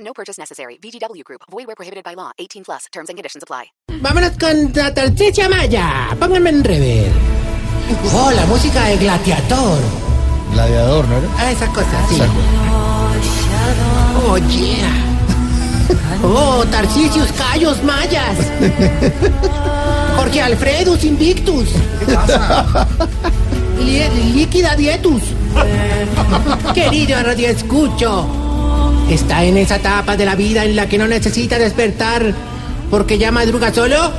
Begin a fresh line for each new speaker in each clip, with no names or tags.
No purchase necessary. VGW Group. Void where prohibited by law. 18 plus. Terms and conditions apply.
Vámonos con la Tartricia Maya. Pónganme en rever. Oh, la música de Gladiator.
Gladiador, ¿no era?
Ah, esa cosa, sí. Oh, yeah. Oh, Tarcisius Callos Mayas. Jorge Alfredus Invictus. Lí- Líquida Dietus. Querido Radio Escucho, ¿está en esa etapa de la vida en la que no necesita despertar porque ya madruga solo?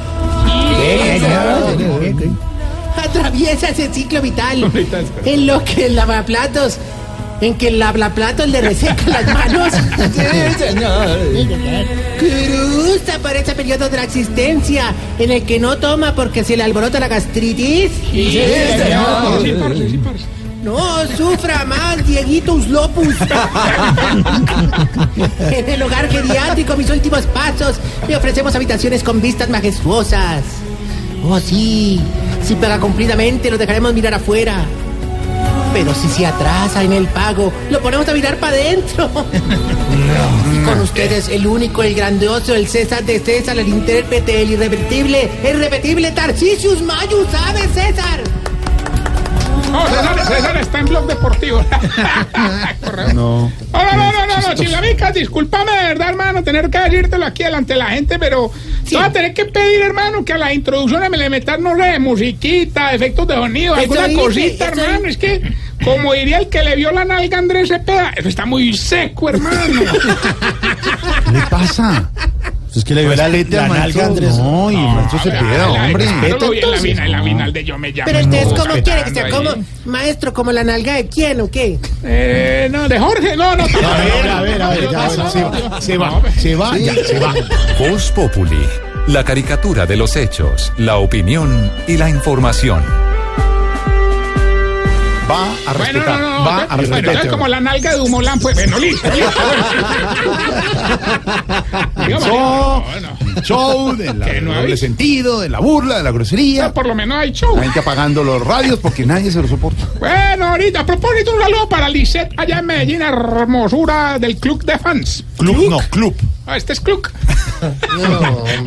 atraviesa ese ciclo vital en lo que el lavaplatos, en que el lavaplatos le reseca las manos, cruza por ese periodo de la existencia en el que no toma porque se le alborota la gastritis. No sufra más, Dieguitus Lopus. en el hogar geriátrico, mis últimos pasos, le ofrecemos habitaciones con vistas majestuosas. Oh, sí, si paga cumplidamente, lo dejaremos mirar afuera. Pero si se atrasa en el pago, lo ponemos a mirar para adentro. Y con ustedes, el único, el grandioso, el César de César, el intérprete, el irrevertible, el repetible Tarcisius Mayu, ¿sabes, César?
No, César, César está en blog deportivo. no. No, no, no, no, no, Chilabicas, discúlpame de verdad, hermano, tener que decírtelo aquí delante de la gente, pero te voy a tener que pedir, hermano, que a la introducción me le metan, no sé, musiquita, efectos de sonido,
Eso
alguna
hice,
cosita,
eso hice.
hermano. Es que, como diría el que le vio la nalga a Andrés Cepeda, eso está muy seco, hermano.
¿Qué le pasa? Es que le vio la letra a Manso. No, y Manso se pierde, hombre.
Respeta la final, la final de yo me llamo.
Pero entonces, ¿cómo quiere que sea?
respetando
¿Como,
ahí.
maestro, como la nalga de quién o qué?
Eh, no, de Jorge, no, no.
A ver, a ver, a ver, ya, bueno, se va, se va, se va, ya, se va.
Voz Populi, la caricatura de los hechos, la opinión y la información.
Va a
Bueno,
respetar,
no, no, no.
va
bueno,
a respetar.
entonces, como la nalga de Humolán, pues, bueno, listo. listo, bueno. Digo,
So-
María, no, no.
Show del
Que no
doble
hay.
sentido, de la burla, de la
No,
grosería.
Por lo menos hay show.
La gente apagando los radios porque nadie se lo soporta.
Bueno, ahorita, a propósito, un saludo para Lisette allá en Medellín, hermosura del club de fans.
Club, no, club.
Ah, Este es club.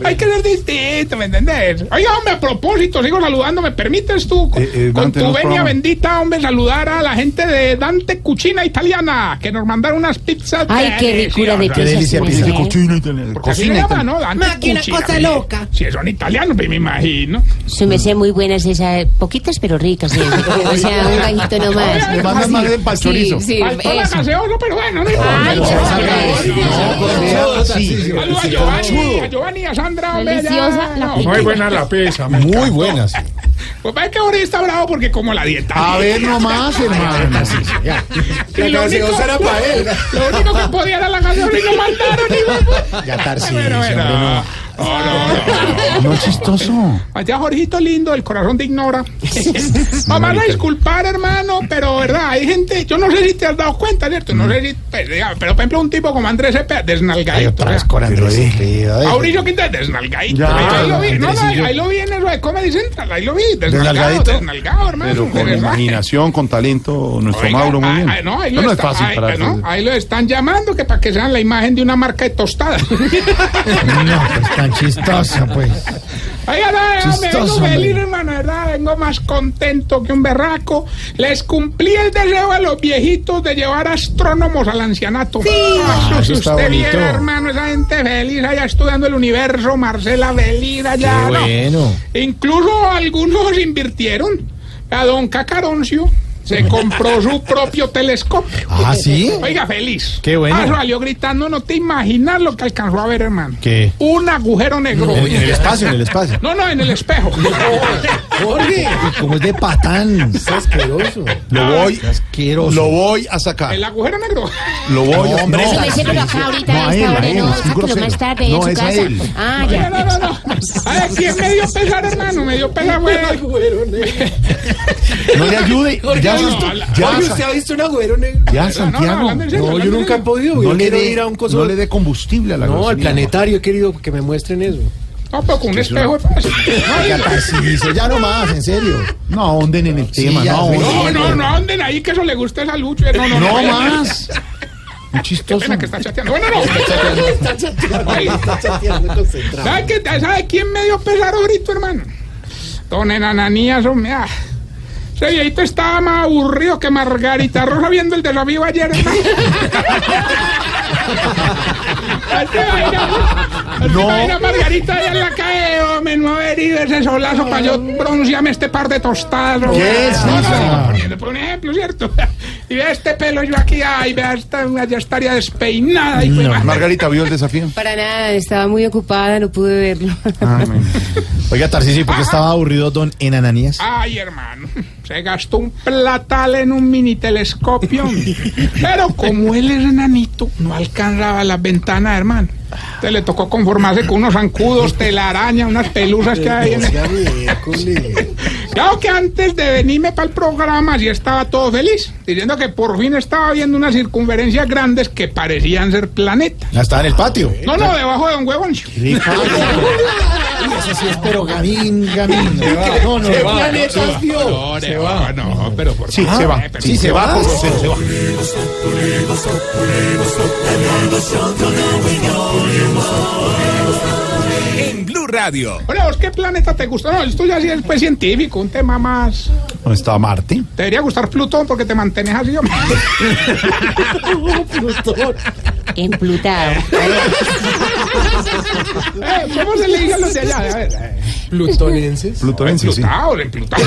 Hay que ser distinto, ¿me entendés? Oiga, hombre, a propósito, sigo saludando. ¿Me permites tú, con,
Eh, eh,
con
Dante,
tu
no,
venia
programa.
bendita, hombre, saludar a la gente de Dante Cucina Italiana, que nos mandaron unas pizzas
Ay, qué ricura de
deliciosas.
Qué delicia,
Pues,
pieza de
eh.
cocina italiana.
Porque así se
Cocina
llama,
italiana.
¿no? Dante
Máquina,
Cucina,
cosa
mire.
loca.
Si son italianos, pues, me imagino.
¿eh? Se me sé muy buenas esas, poquitas pero ricas. ¿eh? O sea, un gallito nomás.
Le mandan más de pachorizo.
Sí,
Faltó la
eso.
gaseosa, pero bueno, no importa.
Ay, qué
Saludos a Giovanni, a Giovanni, a Sandra, hombre, allá.
Deliciosa la
No,
pizza.
Muy bueno.
buena la pesa. Muy buena, sí.
Pues parece que ahora está bravo porque como la dieta.
A ver nomás, hermano. Sí, sí, ya.
La gaseosa era para él. Lo único que podía era la gaseosa y lo mandaron. Y
Ya Tarcisio,
Bueno,
hombre,
bueno.
no.
No, no, no.
No es chistoso.
Allá Jorgito lindo, el corazón te ignora. Mamá, a disculpar, hermano, pero verdad, hay gente, yo no sé si te has dado cuenta, ¿cierto? No sé si, pues, diga, pero por ejemplo un tipo como Andrés Cepeda,
Mm. Hay
desnalgadito.
otras con Andrés Cepeda, eh.
Mauricio Quintana, desnalgadito. Pues,
Ya,
ahí lo vi, no,
Andrés
no,
y yo.
ahí lo vi en eso de Comedy Central, ahí lo vi, desnalgado,
Desnalgadito.
desnalgado, hermano.
Pero
de
con
verdad.
imaginación, con talento, nuestro
Oiga,
Mauro muy
ah,
bien.
ah, no, ahí lo
no es
está-
fácil
ahí,
para
ah, ¿no? ahí lo están llamando que para que sean la imagen de una marca de tostadas.
No, pues tan chistoso, pues.
Oiga, no, no, me vengo
Chistoso,
feliz,
hombre.
hermano, de ¿verdad? Vengo más contento que un berraco. Les cumplí el deseo a los viejitos de llevar astrónomos al ancianato. Sí,
Ah, eso está
usted
bonito.
viera, hermano, esa gente feliz allá estudiando el universo, Marcela Belira, allá. ¿no? Incluso algunos invirtieron. A don Cacaroncio se compró su propio telescopio.
¿Ah, sí?
Oiga, feliz.
Qué bueno.
Ah, salió gritando, no te imaginas lo que alcanzó a ver, hermano.
¿Qué?
Un agujero negro.
En, en el espacio, en el espacio.
No, no, en el espejo.
Jorge, como es de patán. Es asqueroso. Lo voy, asqueroso. Lo voy a sacar.
El agujero negro.
Lo voy
No,
a
hombre,
no,
sí, sí, pero acá ahorita
no,
a
a él,
esta
a
hora,
él,
no,
es un
sáquelo
grosero.
más tarde
No,
en su
es a
casa.
él.
Ah,
No,
ya.
no, no, no. A ver, ¿quién me dio pesar, hermano? Me dio pesar, güey.
No le ayude. Ya,
no,
ya,
la-
ya,
Oye, ¿usted ha visto un agujero negro?
ya,
No, no,
Santiago.
hablando en serio,
No, yo
hablando en
nunca he
serio.
podido.
No
yo
le
quiero
dé-
ir a un coso.
no le dé combustible a la
No, al
gasolina.
planetario he querido que me muestren eso.
No, pero con un espejo.
Ya, Tarcisio, ya no más, en serio. No ahonden en el tema,
ya,
no
No,
ahonden.
no, no anden ahí que eso le gusta esa lucha. No, no,
No
no.
más. Un chistoso.
Pena que está chateando. Bueno, no. Oye, ¿Sabe, qué- sabe quién me dio pesar grito, hermano? Don Enananías, hombre. ah. Ese viejito estaba más aburrido que Margarita Rosa viendo el desafío ayer, hermano. Este vaina, este
No.
vaina, Margarita ya en la calle, hombre, no haber ido ese solazo para yo broncearme este par de tostadas. hombre.
¿Qué? Sí,
No, no,
señor.
poniendo por un ejemplo, ¿cierto? Y vea este pelo yo aquí, ay, vea, esta, ya estaría despeinada. pues hijo de madre.
Margarita vio el desafío.
Para nada, estaba muy ocupada, no pude verlo.
Oiga, Tarcisio, ¿por qué estaba aburrido don Enananías?
Ay, hermano, se gastó un platal en un mini telescopio. Pero como él es enanito, no alcanzaba las ventanas, hermano. Te le tocó conformarse con unos zancudos, telaraña, unas pelusas que hay en el... Claro que antes de venirme para el programa sí estaba todo feliz, diciendo que por fin estaba viendo unas circunferencias grandes que parecían ser planetas.
Ya Ah, estaba en el patio.
No, no, debajo de un huevón.
Eso sí es, pero gamín, gamín. No, no, no.
planetas vio?
No, de va. no, pero por
Sí,
favor,
se va.
eh, pero-
Sí, se va. por favor, se va.
En Blue Radio.
Oye, ¿vos qué planeta te gusta? No, esto ya sí es pues, científico, un tema más...
¿Dónde está Marte?
Te debería gustar Plutón porque te mantienes así, Eh, hombre.
Emplutado.
Eh, ¿Cómo se le dice a los de allá? A ver, eh,
Plutonenses.
Plutonense, sí.
Plutado, en Plutado.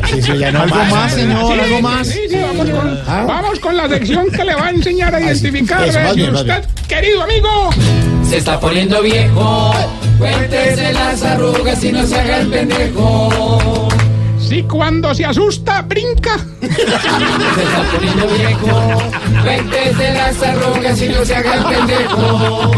Tarcisio, ya no Algo más, señor, algo más. Ah.
Sí, sí, vamos con, vamos con la sección que le va a enseñar a identificar.
Eso,
eh,
más
y
bien, más
usted, querido amigo,
Se está poniendo viejo. Cuéntese las arrugas y no se haga el pendejo.
si cuando se asusta, brinca.
Se está poniendo viejo. Cuéntese las arrugas y no se haga el pendejo.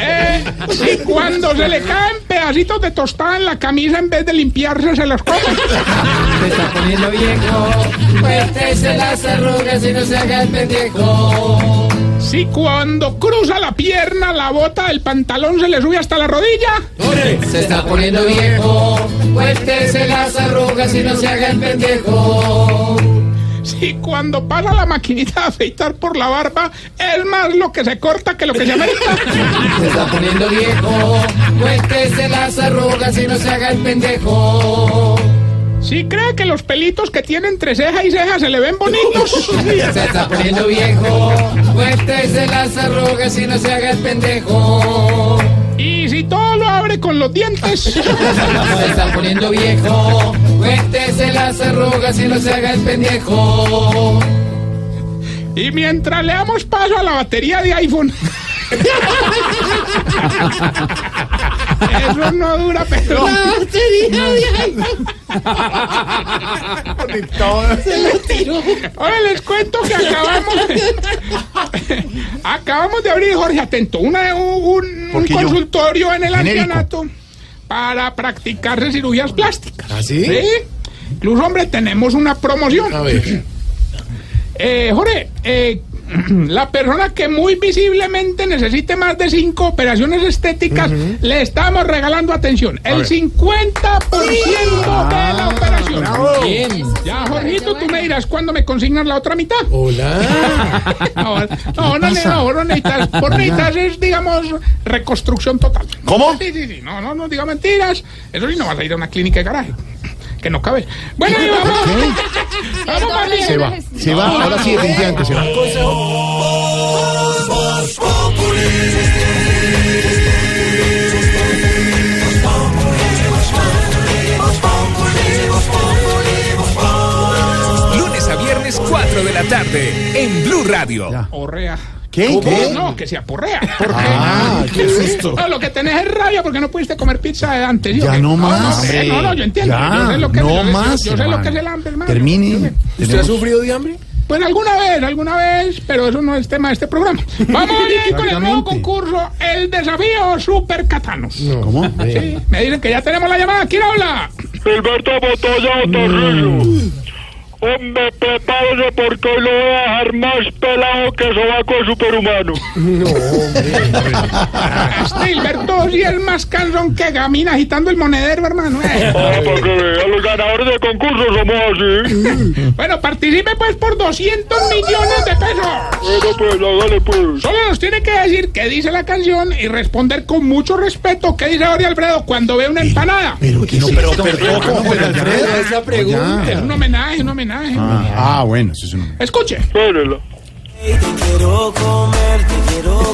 Eh, si cuando se le caen pedacitos de tostada en la camisa, en vez de limpiarse, se los come.
Se está poniendo viejo. Cuéntese las arrugas y no se haga el pendejo.
Si cuando cruza la pierna, la bota del pantalón se le sube hasta la rodilla.
Se está poniendo viejo. Cuéntese las arrugas y no se haga el pendejo.
Si cuando pasa la maquinita de afeitar por la barba, es más lo que se corta que lo que se amerita.
Se está poniendo viejo. Cuéntese las arrugas y no se haga el pendejo.
Si cree que los pelitos que tiene entre ceja y ceja se le ven bonitos.
Se está poniendo viejo. Cuéntese las arrugas y no se haga el pendejo.
Y si todo lo abre con los dientes.
Se está poniendo viejo. Cuéntese las arrugas y no se haga el pendejo.
Y mientras le damos paso a la batería de iPhone. Eso no dura, pero.
Ah,
Ahora les cuento que acabamos de, acabamos de abrir, Jorge, atento, una- un, un
Porque yo-
consultorio en el
Genérico.
ancianato para practicarse cirugías plásticas.
¿Ah, sí?
¿Eh?
Incluso, hombre, tenemos una promoción.
A ver.
Eh, Jorge, eh, la persona que muy visiblemente necesite más de cinco operaciones estéticas, le estamos regalando atención. El 50% de
Ah,
la operación.
Bien.
Ya, Jorgito, tú me dirás cuándo me consignas la otra mitad.
Hola.
No, no, no,
pasa?
no, no necesitas. Por necesitas es, digamos, reconstrucción total.
¿Cómo?
Sí, sí, sí. No, no, no diga mentiras. Eso sí, no vas a ir a una clínica de garaje. Que no cabe. Bueno, y vamos. Vamos, mami.
Se va. Se va. Ahora sí, definitivamente se va.
la tarde en Blue Radio.
Orrea.
¿Qué?
¿Cómo?
¿Qué?
No, que se aporrea. ¿Por qué?
Ah, qué susto.
No, lo que tenés es rabia porque no pudiste comer pizza de antes.
Ya
¿sí?
no más,
No,
hombre.
no, no, yo entiendo.
Ya,
yo sé lo que
no
yo sé-
más,
Yo sé lo
hermano.
que es el hambre, hermano.
Termine. Tenemos-
de hambre? Pues alguna vez, alguna vez, pero eso no es tema de este programa. Vamos a ir con el nuevo concurso, el desafío Super Catanos.
¿Cómo?
Sí, me dicen que ya tenemos la llamada. ¿Quién habla?
Gilberto Botoya Torrillo. Hombre, prepárese porque hoy lo voy a dejar más pelado que sobaco superhumano. No,
Este Gilberto sí el más cansón que camina agitando el monedero, hermano. eh.
Para que vea, los ganadores de concurso somos así.
Bueno, participe pues por 200 millones de pesos.
Bueno, pues, hágale pues.
Solo nos tiene que decir qué dice la canción y responder con mucho respeto qué dice Jorge Alfredo cuando ve una empanada.
No, pero, pero, ¿cómo, pero, Alfredo? Ya.
Es un homenaje, un homenaje.
Ah, ah, bueno, eso es un...
Escuche.
Quiero comer, te quiero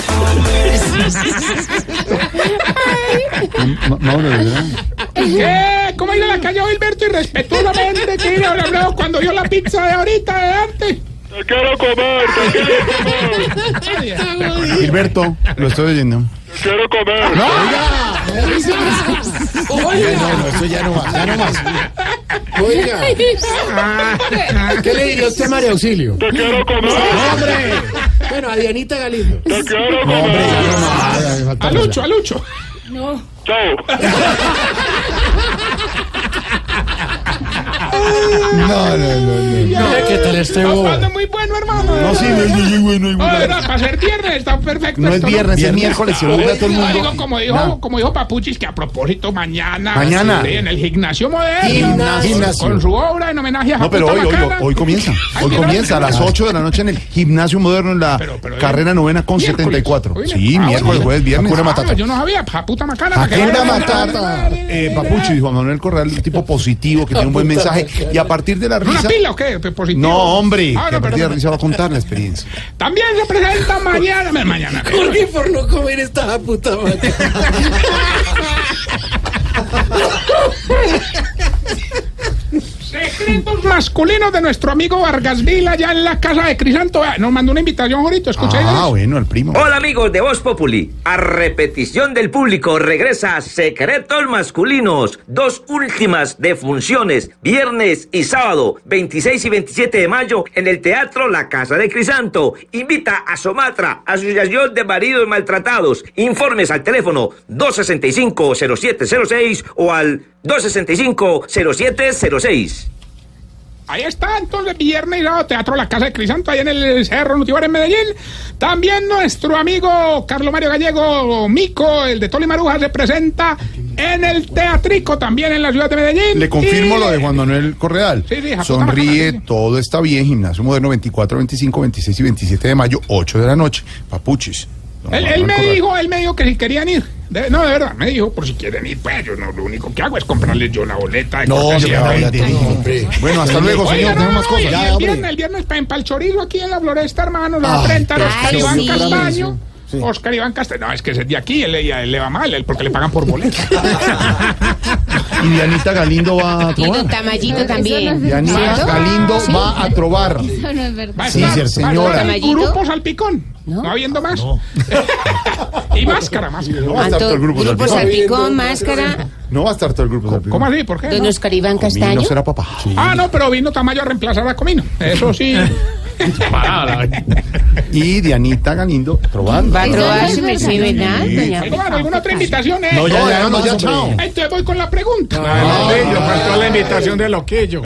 Ma- Mauro, de verdad.
¿Qué? ¿Cómo ir a la calle Gilberto irrespetuosamente? ¿Qué dice Jorge Alfredo cuando vio la pizza de ahorita de antes?
Te quiero comer, te quiero comer,
Gilberto, lo estoy oyendo.
te quiero comer.
¡Ah! Ya no, eso ya no va, ya no más.
Oiga. ¿Qué le diría usted a María Auxilio?
Te quiero comer.
¡Hombre! Bueno, a Dianita Galindo.
Te quiero comer.
A Lucho, a Lucho.
No. Chao.
No, no, no, no.
¿Qué tal este
Está
bobo?
jugando muy bueno, hermano. de
No, sí,
verdad.
no, no, no, no, no, no.
No, de verdad, para ser viernes está perfecto.
No es
esto,
viernes, es miércoles, se lo digo a todo el
No,
mundo.
digo, como dijo,
Nada.
como dijo Papuchis, que a propósito, mañana.
Mañana.
sí, en el gimnasio moderno.
Gimnasio.
Con su obra en homenaje a
No, pero hoy,
Jacinto
hoy, hoy,
Macana.
hoy comienza.
Ay,
Hoy
mira,
comienza a las 8 de la noche en el gimnasio moderno en la carrera novena con 74.
Hoy
Sí,
le- ah,
miércoles,
bueno,
jueves, viernes.
Ah, Yo no sabía, pa puta macana. para que
Hakuna
vaya-
Matata. Eh, Papucho y Juan Manuel Corral, un tipo positivo que tiene un buen mensaje. Y a partir de la
¿Una
risa.
pila o qué? Pues Positivo.
No, hombre,
Ah,
que a
no, pero-
partir de la risa va a contar la experiencia.
También se presenta mañana. Mañana.
Jorge, por no comer esta puta madre.
Secretos masculinos de nuestro amigo Vargas Vila allá en la casa de Crisanto. Ah, Nos mandó una invitación ahorita, escucha.
Ah, bueno, el primo.
Hola amigos de Voz Populi. A repetición del público regresa Secretos Masculinos. Dos últimas defunciones, viernes y sábado, 26 y 27 de mayo, en el Teatro La Casa de Crisanto. Invita a Somatra, Asociación de Maridos Maltratados. Informes al teléfono 265-0706 o al 265-0706.
Ahí está, entonces, viernes y sábado, Teatro La Casa de Crisanto, ahí en el Cerro Nutibar en Medellín. También nuestro amigo Carlos Mario Gallego Mico, el de Toli Maruja, se presenta en el Teatrico, también en la ciudad de Medellín.
Le confirmo
Y-
lo de Juan Manuel Correal.
Sí, sí, Japón,
Sonríe, todo está bien. Gimnasio Moderno 24, 25, 26 y 27 de mayo, 8 de la noche. Papuchis. Don
Él,
Juan
él
Manuel
me
Correal.
dijo, él me dijo que si querían ir. De- no, de verdad, me dijo, por si quieren ir, pues yo no, lo único que hago es comprarles yo la boleta. de
No,
cortesía,
hombre,
¿no?
no, hombre. Bueno, hasta luego,
Oiga,
señor,
no,
tenemos
no,
más
no, y
cosas. Ya,
El
hombre.
viernes, el viernes para el chorizo aquí en la floresta, hermano, la
Ay,
30, los
qué
Iván
bueno,
Castaño.
sí. Sí.
Oscar Iván Castaño, no, es que ese día aquí él, le- él le va mal, él, porque le pagan por boleta.
Y Dianita Galindo va a
Y don
trobar.
Tamayito también.
Dianita
¿Cierto?
Galindo va a trobar.
Eso no es
Va a
verdad.
Sí,
estar,
sí,
va a estar
señora.
el grupo Salpicón. No, habiendo más. y máscara, máscara.
No va a estar todo el grupo
Grupo
Salpicón.
Salpicón, máscara.
No va a estar todo el grupo Salpicón.
¿Cómo así? ¿Por qué?
Don
No.
Oscar Iván
Comino
Castaño.
será papá.
Ah, no, pero vino Tamayo a reemplazar a Comino. Eso sí.
Y Dianita Galindo trobando.
Va a trobar su merced, ¿verdad, doña
Algo más, ¿Alguna otra invitación? eh?
No, ya, ya, no, ya, chao.
Entonces voy con la pregunta.
Ah,
faltó la invitación
de loquillo.